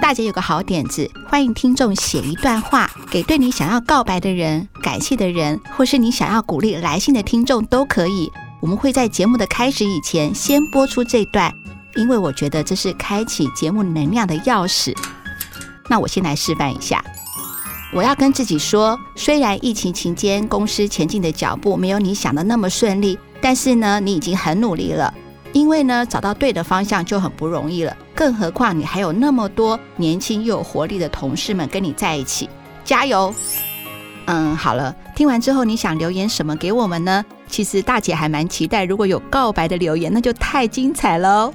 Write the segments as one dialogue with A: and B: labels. A: 大姐有个好点子，欢迎听众写一段话给对你想要告白的人、感谢的人，或是你想要鼓励来信的听众都可以。我们会在节目的开始以前先播出这段，因为我觉得这是开启节目能量的钥匙。那我先来示范一下。我要跟自己说，虽然疫情期间公司前进的脚步没有你想的那么顺利，但是呢，你已经很努力了。因为呢，找到对的方向就很不容易了，更何况你还有那么多年轻又有活力的同事们跟你在一起，加油！嗯，好了，听完之后你想留言什么给我们呢？其实大姐还蛮期待，如果有告白的留言，那就太精彩喽。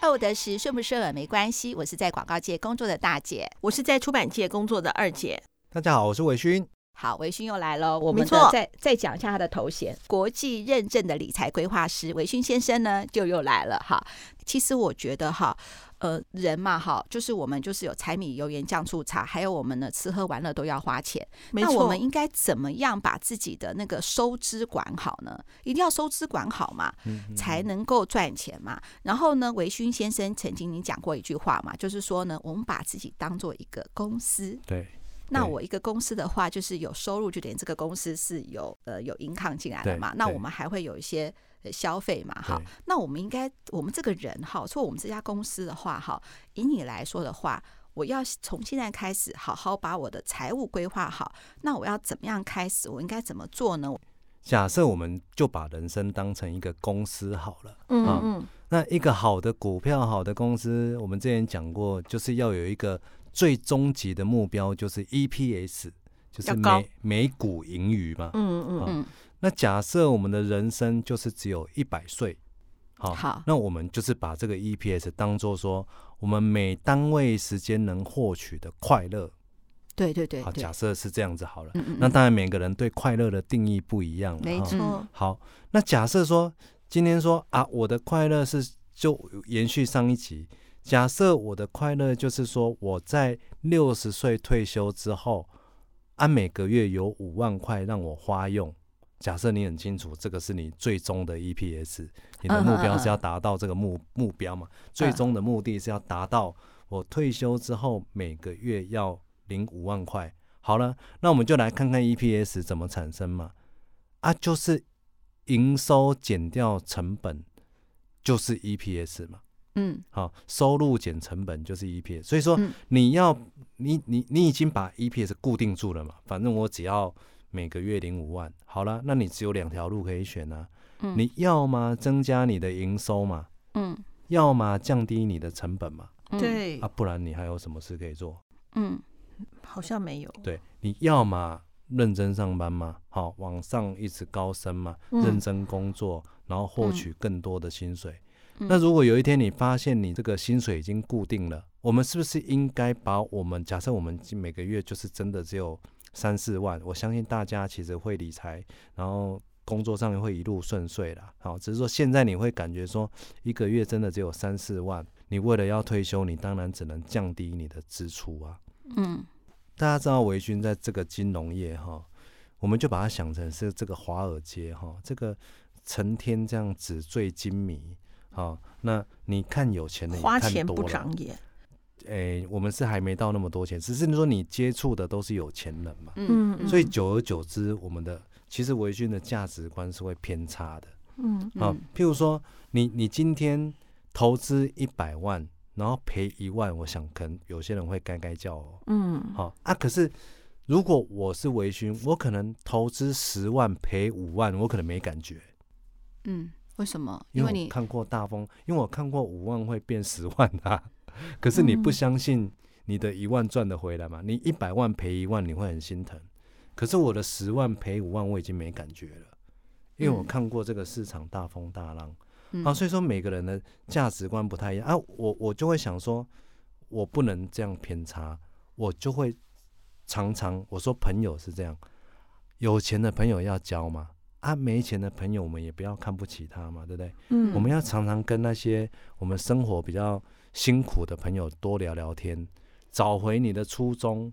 A: 厚德实顺不顺耳没关系，我是在广告界工作的大姐。
B: 我是在出版界工作的二姐，
C: 大家好，我是伟勋。
A: 好，维勋又来喽。我们
B: 没错
A: 的再再讲一下他的头衔，国际认证的理财规划师维勋先生呢，就又来了哈。其实我觉得哈，呃，人嘛哈，就是我们就是有柴米油盐酱醋茶，还有我们呢吃喝玩乐都要花钱。
B: 没
A: 那
B: 错，
A: 我们应该怎么样把自己的那个收支管好呢？一定要收支管好嘛，
C: 嗯
A: 才能够赚钱嘛。然后呢，维勋先生曾经你讲过一句话嘛，就是说呢，我们把自己当做一个公司，
C: 对
A: 那
C: 对
A: 我一个公司的话，就是有收入，就等于这个公司是有呃有 income 进来了
C: 对
A: 嘛。那
C: 对
A: 我们还会有一些呃消费嘛，哈
C: 对。
A: 那我们应该，我们这个人哈，做我们这家公司的话哈，以你来说的话，我要从现在开始好好把我的财务规划好。那我要怎么样开始？我应该怎么做呢？
C: 假设我们就把人生当成一个公司好了，
B: 嗯
C: 啊
B: 嗯，
C: 那一个好的股票、好的公司，我们之前讲过，就是要有一个最终极的目标，就是 EPS，就是
B: 要高
C: 每每股盈余嘛。
B: 嗯
C: 啊
B: 嗯嗯，
A: 嗯，
C: 那假设我们的人生就是只有一百岁，好，
A: 好
C: 那我们就是把这个 EPS 当做说我们每单位时间能获取的快乐。
A: 对对对
C: 好，
A: 对
C: 假，设是这样子好了。
A: 嗯嗯
C: 那当然，每个人对快乐的定义不一样了。
B: 没
C: 哈
B: 错，
C: 好，那假设说今天说啊，我的快乐是就延续上一集。假设我的快乐就是说我在六十岁退休之后，按每个月有五万块让我花用。假设你很清楚，这个是你最终的 EPS，你的
A: 嗯
C: 目
A: 嗯
C: 标
A: 嗯
C: 是要达到这个目目标嘛？最
A: 嗯
C: 终的目的是要达到我退休之后每个月要领五万块。好了，那我们就来看看 EPS 怎么产生嘛？啊，就是营收减掉成本就是 EPS 嘛。
A: 嗯
C: 好，收入减成本就是 EPS，所以说
A: 嗯
C: 你要、你你你已经把 EPS 固定住了嘛，反正我只要每个月领五万，好了，那你只有两条路可以选啊，
A: 嗯
C: 你要么增加你的营收嘛，
A: 嗯
C: 要么降低你的成本嘛，
A: 嗯，
B: 对
C: 啊，，不然你还有什么事可以做？
A: 嗯
B: 好像没有，
C: 对，你要么认真上班嘛，好，往上一直高升嘛，
B: 嗯
C: 认真工作，然后获
A: 嗯
C: 取更多的薪水。
A: 嗯
C: 那如果有一天你发现你这个薪水已经固定了，我们是不是应该把我们假设我们每个月就是真的只有三四万？我相信大家其实会理财，然后工作上会一路顺遂啦。好，只是说现在你会感觉说一个月真的只有三四万，你为了要退休，你当然只能降低你的支出啊。
A: 嗯
C: 大家知道维军在这个金融业哈，我们就把它想成是这个华尔街哈，这个成天这样纸醉金迷啊。那你看有钱的也
B: 花
C: 看
B: 钱
C: 多
B: 不
C: 了
B: 长，眼，
C: 诶、我们是还没到那么多钱，只是说你接触的都是有钱人嘛，
A: 嗯
B: 嗯
C: 所以久而久之，我们的其实维军的价值观是会偏差的。
B: 嗯
C: 啊
A: 嗯，
C: 譬如说你你今天投资一百万，然后赔一万，我想可能有些人会该该叫哦。
B: 嗯，
C: 好、啊，可是如果我是微醺，我可能投资十万赔五万，我可能没感觉，
A: 嗯，为什么？
C: 因
A: 因
C: 为
A: 为
C: 我
A: 你
C: 看过大风，因为我看过五万会变十万啊。可是你不
B: 嗯
C: 相信你的一万赚得回来嘛？你一百万赔一万，你会很心疼。可是我的十万赔五万，我已经没感觉了，因为我
A: 嗯
C: 看过这个市场大风大浪。
A: 嗯
C: 啊，所以说每个人的价值观不太一样啊，我我就会想说，我不能这样偏差，我就会常常我说朋友是这样，有钱的朋友要交嘛，啊，没钱的朋友我们也不要看不起他嘛，对不对？
B: 嗯
C: 我们要常常跟那些我们生活比较辛苦的朋友多聊聊天，找回你的初衷，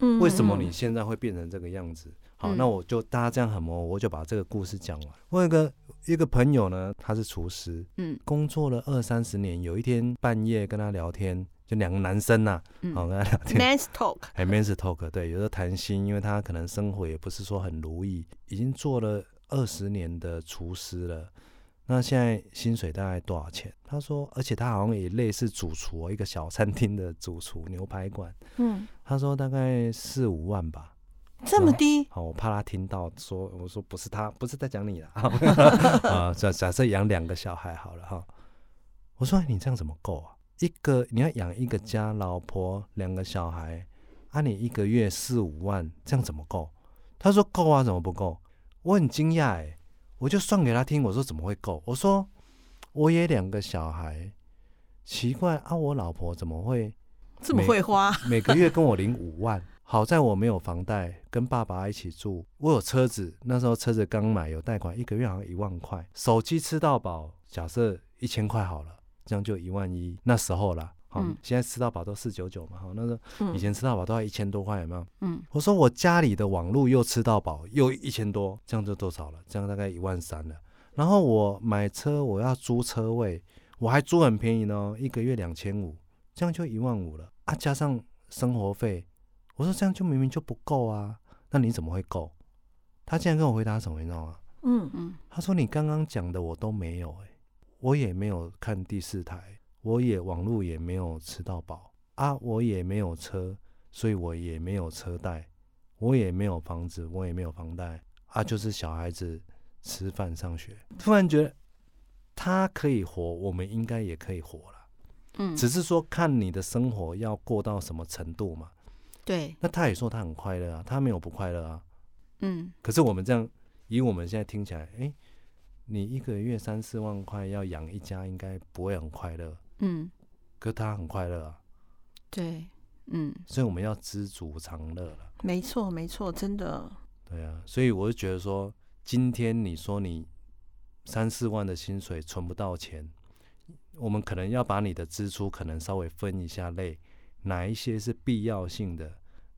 B: 嗯
C: 为什么你现在会变成这个样子？好，
A: 嗯
C: 那我就大家这样很模糊，我就把这个故事讲完。我有一个一个朋友呢，他是厨师，
A: 嗯
C: 工作了二三十年，有一天半夜跟他聊天，就两个男生呐、
A: 嗯
C: 好、跟他聊天，
B: ？Nice talk，
C: 还 m e n s talk，对，有时候谈心，因为他可能生活也不是说很如意，已经做了二十年的厨师了，那现在薪水大概多少钱？他说，而且他好像也类似主厨、哦，一个小餐厅的主厨，牛排馆。
B: 嗯，
C: 他说大概四五万吧。
B: 这么低，
C: 好，我怕他听到说，我说不是他，不是在讲你啦。啊，假假设养两个小孩好了哈，我说哎你这样怎么够啊？一个你要养一个家，老婆两个小孩，啊，你一个月四五万，这样怎么够？他说够啊，怎么不够？我很惊讶哎，我就算给他听，我说怎么会够？我说我也两个小孩，奇怪啊，我老婆怎么会
B: 这么会花，
C: 每个月跟我领五万。好在我没有房贷，跟爸爸一起住，我有车子，那时候车子刚买，有贷款，一个月好像一万块。手机吃到饱，假设一千块好了，这样就一万一。那时候啦，好、
A: 嗯
C: 现在吃到饱都四九九嘛，好，那时候
B: 嗯
C: 以前吃到饱都要一千多块，有没有？
A: 嗯
C: 我说我家里的网络又吃到饱，又一千多，这样就多少了？这样大概一万三了。然后我买车，我要租车位，我还租很便宜呢哦，一个月两千五，这样就一万五了啊，加上生活费，我说这样就明明就不够啊，那你怎么会够？他竟然跟我回答什么，你知道吗？
B: 嗯，
A: 嗯
C: 他说你刚刚讲的我都没有、欸，我也没有看第四台，我也网络也没有吃到饱啊，我也没有车，所以我也没有车贷，我也没有房子，我也没有房贷啊，就是小孩子吃饭上学。突然觉得他可以活，我们应该也可以活了，
A: 嗯，
C: 只是说看你的生活要过到什么程度嘛。
A: 对，
C: 那他也说他很快乐啊，他没有不快乐啊，
A: 嗯
C: 可是我们这样，以我们现在听起来，哎、你一个月三四万块要养一家，应该不会很快乐。
A: 嗯
C: 可是他很快乐啊，
A: 对，嗯
C: 所以我们要知足常乐了。
B: 没错没错，真的，
C: 对啊，所以我就觉得说，今天你说你三四万的薪水存不到钱，我们可能要把你的支出可能稍微分一下类，哪一些是必要性的，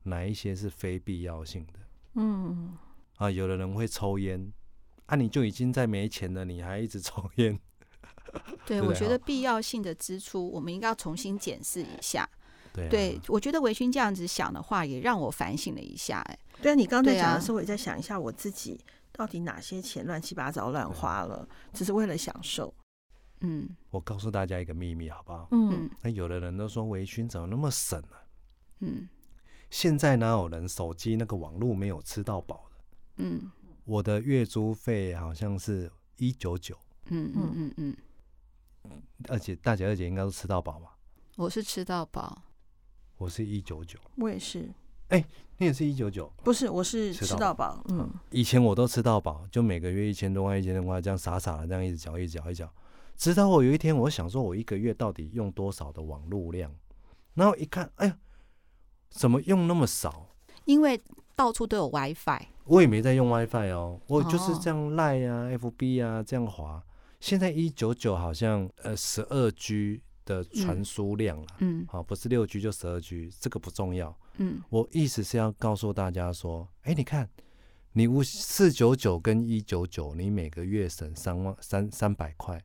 C: 哪一些是非必要性的。
B: 嗯，
C: 啊，有的人会抽烟，啊，你就已经在没钱了，你还一直抽烟，
A: 对，
C: 对
A: 我
C: 不对啊
A: 觉
C: 好
A: 得必要性的支出，我们应该要重新检视一下。
C: 对啊
A: 对，我觉得维勋这样子想的话，也让我反省了一下。哎，
B: 对啊，你刚才
A: 对啊
B: 讲的时候，我也在想一下我自己到底哪些钱乱七八糟乱
C: 啊
B: 花了，只是为了享受，
A: 嗯
C: 我告诉大家一个秘密，好不好？
A: 嗯
B: 嗯，
C: 那有的人都说维勋怎么那么省啊？
A: 嗯
C: 现在哪有人手机那个网络没有吃到饱的？
A: 嗯
C: 我的月租费好像是一九九，
A: 嗯嗯嗯嗯，
C: 而且大姐二姐应该都吃到饱嘛，
A: 我是吃到饱。
C: 我是一九九，
B: 我也是，
C: 你也是一九九。
B: 不是，我是
C: 吃
B: 吃
C: 到
B: 到饱，嗯，
C: 以前我都吃到饱，就每个月一千多块、一千多块这样傻傻的这样一直缴、一直缴、一直缴，直到我有一天我想说，我一个月到底用多少的网络量？然后一看，哎呀，怎么用那么少？
A: 因为到处都有 WiFi。
C: 我也没在用 WiFi 哦，我就是
A: 哦
C: 这样赖啊、FB 啊这样滑。现在一九九好像呃十二 G 的传输量啦，
A: 嗯
C: 好、不是六 G 就十二 G，这个不重要。
A: 嗯
C: 我意思是要告诉大家说，哎、你看，你无四九九跟一九九，你每个月省三万三三百块，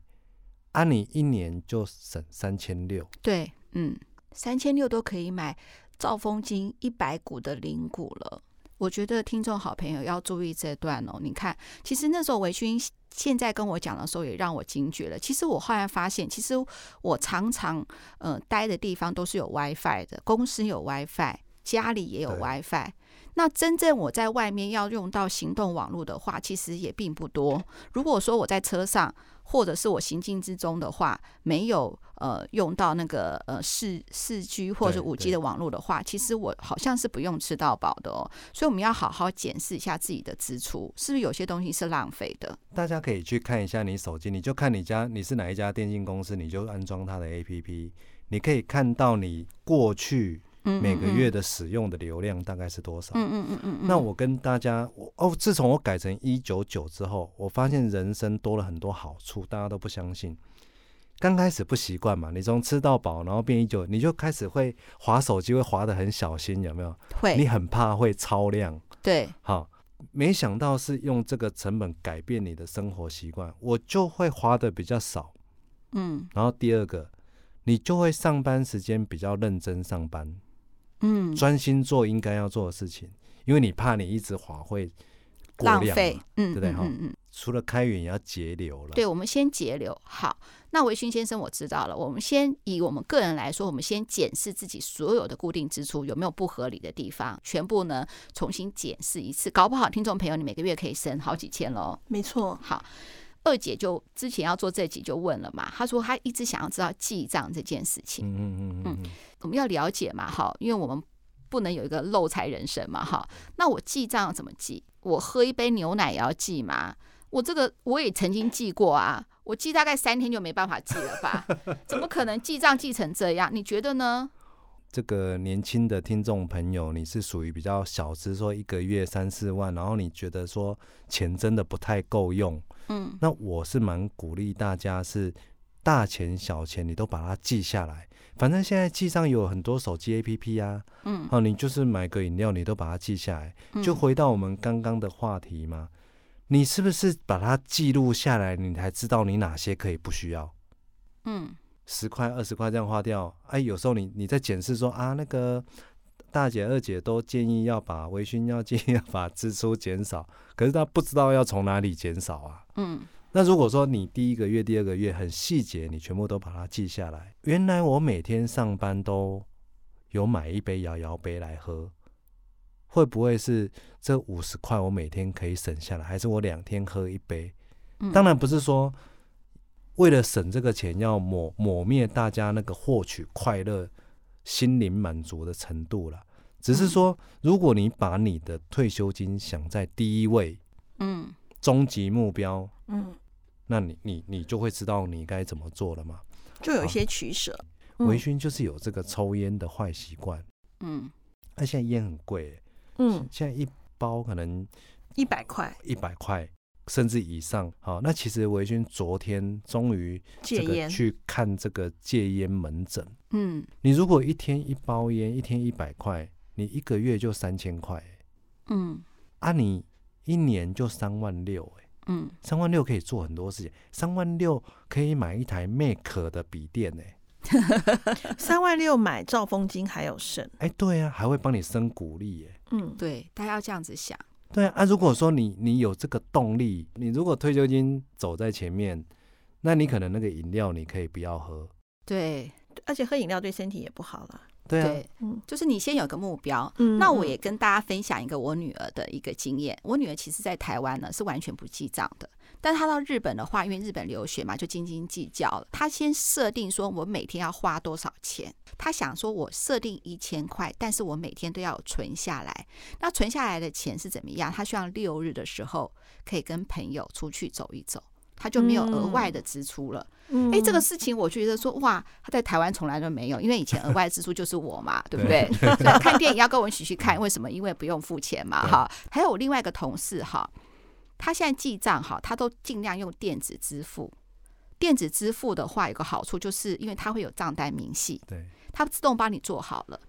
C: 啊，你一年就省三千六。
A: 对，嗯，三千六都可以买兆丰金一百股的零股了。我觉得听众好朋友要注意这段哦。你看，其实那时候维勋现在跟我讲的时候，也让我惊觉了。其实我后来发现，其实我常常呃待的地方都是有 WiFi 的，公司有 WiFi，家里也有
C: 对
A: WiFi。那真正我在外面要用到行动网络的话，其实也并不多。如果说我在车上，或者是我行进之中的话，没有呃用到那个呃四四 G 或者
C: 对
A: 五 G
C: 对
A: 的网络的话，其实我好像是不用吃到饱的哦。所以我们要好好检视一下自己的支出，是不是有些东西是浪费的？
C: 大家可以去看一下你手机，你就看你家你是哪一家电信公司，你就安装它的 APP，你可以看到你过去
A: 嗯
C: 每个月，的使用的流量大概是多少。
A: 嗯嗯嗯嗯嗯，
C: 那我跟大家，我哦，自从我改成一九九之后，我发现人生多了很多好处，大家都不相信。刚开始不习惯嘛，你从吃到饱，然后变一九，你就开始会划手机，会划得很小心，有没有？你
A: 会，
C: 很怕会超量。
A: 对，
C: 好，没想到是用这个成本改变你的生活习惯，我就会花的比较少。
A: 嗯
C: 然后第二个，你就会上班时间比较认真上班，
A: 嗯，
C: 专心做应该要做的事情，因为你怕你一直划会过
A: 浪
C: 量
A: 费
C: 嘛。，
A: 嗯，
C: 对不对
A: 嗯
C: 哈
A: 嗯嗯，
C: 除了开源，也要节流了。
A: 对，我们先节流。好，那维勋先生，我知道了。我们先以我们个人来说，我们先检视自己所有的固定支出有没有不合理的地方，全部呢重新检视一次。搞不好，听众朋友，你每个月可以省好几千喽。
B: 没错，
A: 好，二姐就之前要做这集就问了嘛，她说她一直想要知道记账这件事情，
C: 嗯嗯嗯嗯嗯，
A: 我们要了解嘛，哈，因为我们不能有一个漏财人生嘛，哈。那我记账怎么记？我喝一杯牛奶也要记吗？我这个我也曾经记过啊，我记大概三天就没办法记了吧？ 怎么可能记账记成这样？你觉得呢？
C: 这个年轻的听众朋友，你是属于比较小资，说一个月三四万，然后你觉得说钱真的不太够用，
A: 嗯，
C: 那我是蛮鼓励大家是大钱小钱你都把它记下来，反正现在记账有很多手机 APP 啊，
A: 嗯，
C: 好、你就是买个饮料你都把它记下来，就回到我们刚刚的话题嘛，你是不是把它记录下来，你才知道你哪些可以不需要？
A: 嗯
C: 十块二十块这样花掉，哎，有时候你你在检视说啊，那个大姐二姐都建议要把微醺要建议要把支出减少，可是她不知道要从哪里减少啊。
A: 嗯
C: 那如果说你第一个月、第二个月很细节，你全部都把它记下来，原来我每天上班都有买一杯摇摇杯来喝，会不会是这五十块我每天可以省下来，还是我两天喝一杯？
A: 嗯，
C: 当然不是说为了省这个钱要抹抹灭大家那个获取快乐、心灵满足的程度了，只是说，如果你把你的退休金想在第一位，
A: 嗯
C: 终极目标，
B: 嗯，
C: 那你你你就会知道你该怎么做了嘛。
B: 就有一些取舍。嗯
C: 维勋就是有这个抽烟的坏习惯，
A: 嗯
C: 那现在烟很贵耶、
B: 嗯，
C: 现在一包可能
B: 一百块
C: 一百块甚至以上。好，那其实维勋昨天终于
B: 戒
C: 这个
B: 烟，
C: 去看这个戒烟门诊。
A: 嗯
C: 你如果一天一包烟，一天一百块，你一个月就三千块耶
A: 嗯
C: 啊，你一年就三万六哎，
A: 嗯，
C: 三万六可以做很多事情，三万六可以买一台 Mac 的笔电哎。
B: 三万六买兆丰金还有剩。
C: 哎，对啊，还会帮你升鼓励耶。
B: 嗯，
A: 对，大家要这样子想。
C: 对啊，啊如果说你你有这个动力，你如果退休金走在前面，那你可能那个饮料你可以不要喝。
A: 对
B: 而且喝饮料对身体也不好了。
C: 对啊，
A: 对，
B: 嗯
A: 就是你先有个目标，
B: 嗯
A: 那我也跟大家分享一个我女儿的一个经验。我女儿其实，在台湾呢是完全不记账的，但她到日本的话，因为日本留学嘛，就斤斤计较了。她先设定说，我每天要花多少钱。她想说，我设定一千块，但是我每天都要有存下来。那存下来的钱是怎么样？她希望六日的时候可以跟朋友出去走一走，她就没有额外的支出了。
B: 嗯
A: 哎、这个事情我觉得说哇，他在台湾从来都没有，因为以前额外支出就是我嘛，对不对？所以看电影要跟我一起去看，为什么？因为不用付钱嘛，哈。还有我另外一个同事哈，他现在记账哈，他都尽量用电子支付。电子支付的话，有个好处就是因为它会有账单明细，
C: 对，
A: 它自动帮你做好了。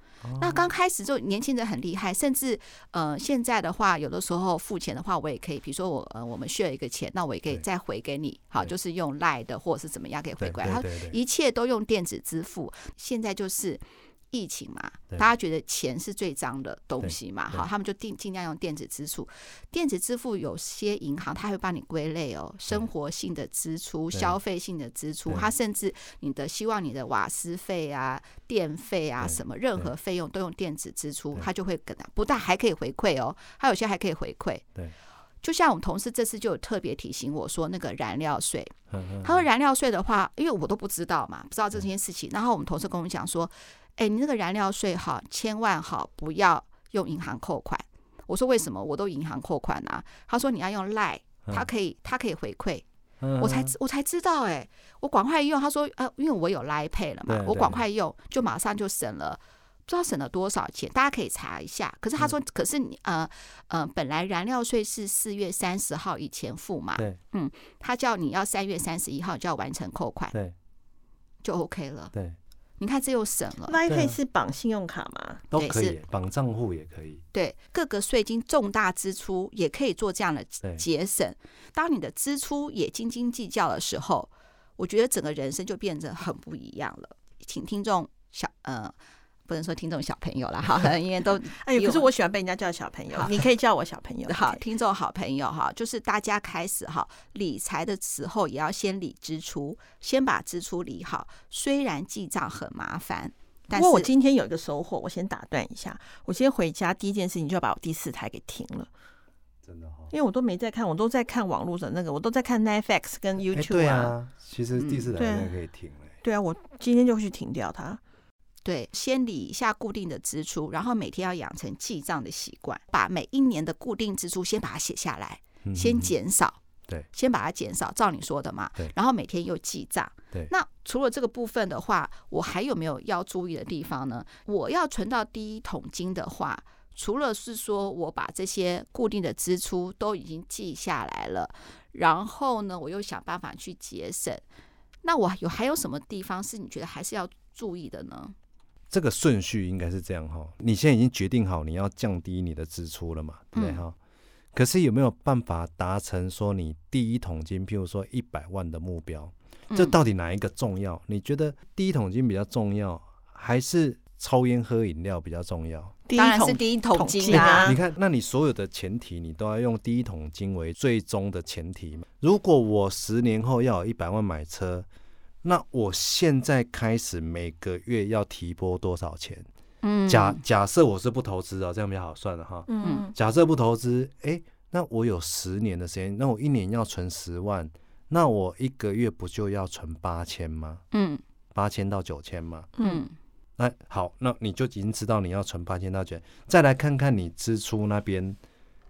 A: 那
C: 哦
A: 刚开始就年轻人很厉害，甚至呃现在的话，有的时候付钱的话，我也可以，比如说我呃我们 share 一个钱，那我也可以
C: 对
A: 再回给你，好，
C: 对
A: 就是用 lie 的或者是怎么样可以回
C: 对
A: 过来。他
C: 对对对，
A: 一切都用电子支付，现在就是。疫情嘛，
C: 对
A: 大家觉得钱是最脏的东西嘛，
C: 对对
A: 好，他们就尽尽量用电子支付。电子支付有些银行它会帮你归类哦，生活性的支出、
C: 对
A: 消费性的支出，
C: 对
A: 它甚至你的希望你的瓦斯费啊、电费啊
C: 对
A: 什么任
C: 对
A: 何费用都用电子支出，
C: 对
A: 它就会给它不但还可以回馈哦，它有些还可以回馈。
C: 对，
A: 就像我们同事这次就有特别提醒我说，那个燃料税，
C: 嗯
A: 他说燃料税的话，因为我都不知道嘛，不知道这件事情。然后我们同事跟我们讲说，哎，你那个燃料税哈，千万哈不要用银行扣款。我说为什么？我都银行扣款啊。他说你要用赖，
C: 嗯
A: 他可以他可以回馈。
C: 嗯
A: 我才知我才知道哎、我赶快用。他说呃，因为我有赖配了
C: 对
A: 嘛
C: 啊，
A: 我
C: 对啊
A: 赶快用，就马上就省了。不知道省了多少钱，大家可以查一下。可是
C: 嗯
A: 他说，可是你呃呃，本来燃料税是四月三十号以前付嘛，
C: 对
A: 他叫你要三月三十一号就要完成扣款，
C: 对
A: 就 OK 了。
C: 对，
A: 你看这又省了，
B: 那也可
C: 对啊
B: 以是绑信用卡吗？
C: 都
A: 对
C: 可
A: 是
C: 以绑账户也可以。
A: 对各个税金重大支出也可以做这样的
C: 对
A: 节省。当你的支出也斤斤计较的时候，我觉得整个人生就变得很不一样了。请听众小呃，不能说听众小朋友了哈， 因为 都
B: 哎呦，
A: 有
B: 可是我喜欢被人家叫小朋友
A: 好，
B: 你可以叫我小朋 友。
A: 好
B: OK，
A: 听众好朋友哈，就是大家开始哈理财的时候也要先理支出，先把支出理好。虽然记账很麻烦，但
B: 不
A: 是
B: 过我今天有一个收获，我先打断一下。我今天回家第一件事情就要把我第四台给停了，
C: 真的哈、
B: 因为我都没在看，我都在看网络的那个，我都在看 Netflix 跟
C: 哎
B: YouTube
C: 对。啊，其
A: 嗯
C: 实第四台
B: 对啊
C: 真的可以停了、
B: 对啊，我今天就去停掉它。
A: 对，先理一下固定的支出，然后每天要养成记账的习惯，把每一年的固定支出先把它写下来，
C: 嗯
A: 先
C: 嗯嗯
A: 减少。
C: 对，
A: 先把它减少，照你说的嘛
C: 对。
A: 然后每天又记账。
C: 对
A: 那除了这个部分的话，我还有没有要注意的地方呢？我要存到第一桶金的话，除了是说我把这些固定的支出都已经记下来了，然后呢，我又想办法去节省。那我有还有什么地方是你觉得还是要注意的呢？
C: 这个顺序应该是这样哈，你现在已经决定好你要降低你的支出了嘛，对不对哈？可是有没有办法达成说你第一桶金，譬如说一百万的目标？这
A: 嗯
C: 到底哪一个重要？你觉得第一桶金比较重要，还是抽烟喝饮料比较重要？哎
B: 第一
A: 当然
B: 桶
A: 是第一桶
B: 桶
A: 金
B: 金
A: 啊
B: 啊
C: 你看，那你所有的前提，你都要用第一桶金为最终的前提嘛？如果我十年后要有一百万买车，那我现在开始每个月要提拨多少钱？
A: 嗯
C: 假假设我是不投资啊，这样比较好算了哈。
A: 嗯
B: 嗯，
C: 假设不投资，诶，那我有十年的时间，那我一年要存十万，那我一个月不就要存八千吗？
A: 嗯
C: 八千到九千吗？
A: 嗯
C: 那好，那你就已经知道你要存八千到九千，再来看看你支出那边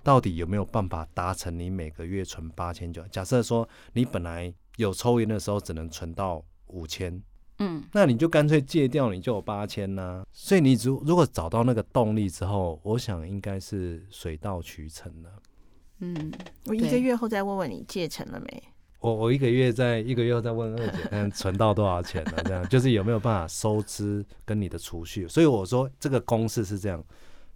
C: 到底有没有办法达成你每个月存八千九。假设说你本来有抽烟的时候只能存到五千，
A: 嗯
C: 那你就干脆戒掉，你就有八千啦。所以你如如果找到那个动力之后，我想应该是水到渠成了。
A: 嗯，
B: 我一个月后再问问你借成了没？
C: 我我一个月在一个月后再问二姐，看存到多少钱了、这样就是有没有办法收支跟你的储蓄。所以我说这个公式是这样：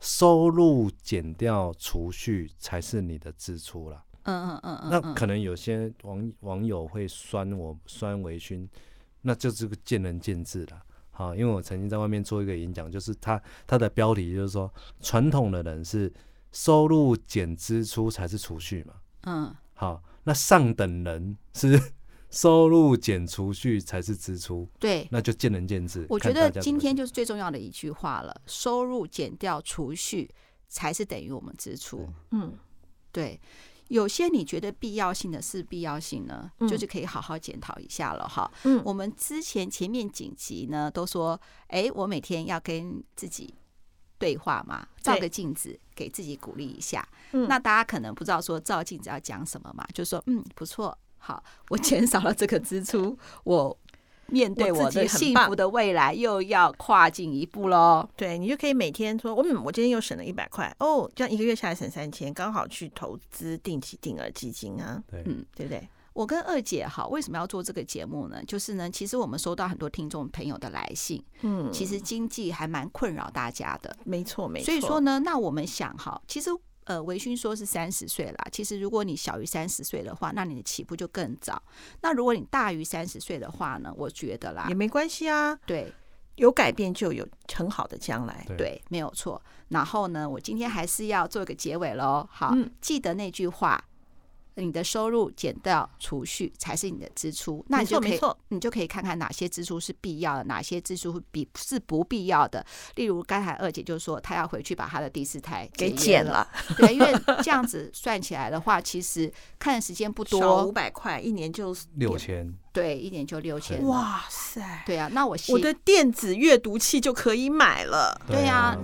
C: 收入减掉储蓄才是你的支出啦。
A: 嗯嗯嗯嗯，
C: 那
A: 嗯
C: 可能有些网网友会酸我酸微醺，那就是个见仁见智啦。好，因为我曾经在外面做一个演讲，就是他他的标题就是说，传统的人是收入减支出才是储蓄嘛。
A: 嗯
C: 好，那上等人是 收入减储蓄才是支出，
A: 对，
C: 那就见仁见智。
A: 我觉
C: 看大
A: 得
C: 家怎
A: 今
C: 么
A: 天
C: 想
A: 就是最重要的一句话了：收入减掉储蓄才是等于我们支出。
B: 嗯，
A: 对，有些你觉得必要性的是必要性呢，
B: 嗯
A: 就是可以好好检讨一下了哈。
B: 嗯
A: 我们之前前面几集呢都说，哎，我每天要跟自己对话嘛，照
B: 对
A: 个镜子，给自己鼓励一下。
B: 嗯
A: 那大家可能不知道说照镜子要讲什么嘛，就说嗯不错，好，我减少了这个支出，我面对
B: 我
A: 我
B: 自己
A: 的
B: 很
A: 幸
B: 棒
A: 福的未来又要跨进一步喽。
B: 对你就可以每天说，嗯，我今天又省了一百块哦，这样一个月下来省三千，刚好去投资定期定额基金啊，
C: 对、
A: 嗯
B: 对不对？
A: 我跟二姐哈，为什么要做这个节目呢？就是呢，其实我们收到很多听众朋友的来信，
B: 嗯，
A: 其实经济还蛮困扰大家的。
B: 没错，没错。
A: 所以说呢，那我们想哈，其实呃，维勋说是三十岁啦，其实如果你小于三十岁的话，那你的起步就更早。那如果你大于三十岁的话呢，我觉得啦
B: 也，没关系啊，
A: 对
B: 有改变就有很好的将来。
C: 对
A: 对，没有错。然后呢，我今天还是要做一个结尾喽。好，
B: 嗯
A: 记得那句话。你的收入减掉储蓄才是你的支出，那
B: 没
A: 你就
B: 错，
A: 可以
B: 没错，
A: 你就可以看看哪些支出是必要的，哪些支出比是不必要的。例如刚才二姐就说，她要回去把她的第四胎
B: 给
A: 节约
B: 减
A: 了，
B: 了，
A: 对，因为这样子算起来的话，其实看的时间不
B: 少五
A: 多，
B: 百块，一年就
C: 六千，
A: 对，一年就六千，
B: 哇塞！
A: 对啊，那我希
B: 我的电子阅读器就可以买了。
A: 对呀
C: 啊，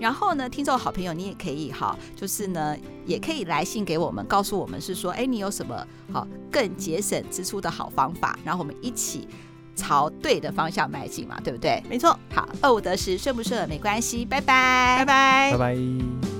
A: 然后呢，听众好朋友，你也可以哈，就是呢，也可以来信给我们，告诉我们是说，哎，你有什么好更节省支出的好方法，然后我们一起朝对的方向迈进嘛，对不对？
B: 没错，
A: 好，二五得十，顺不顺耳没关系，拜拜，拜拜
C: 拜拜。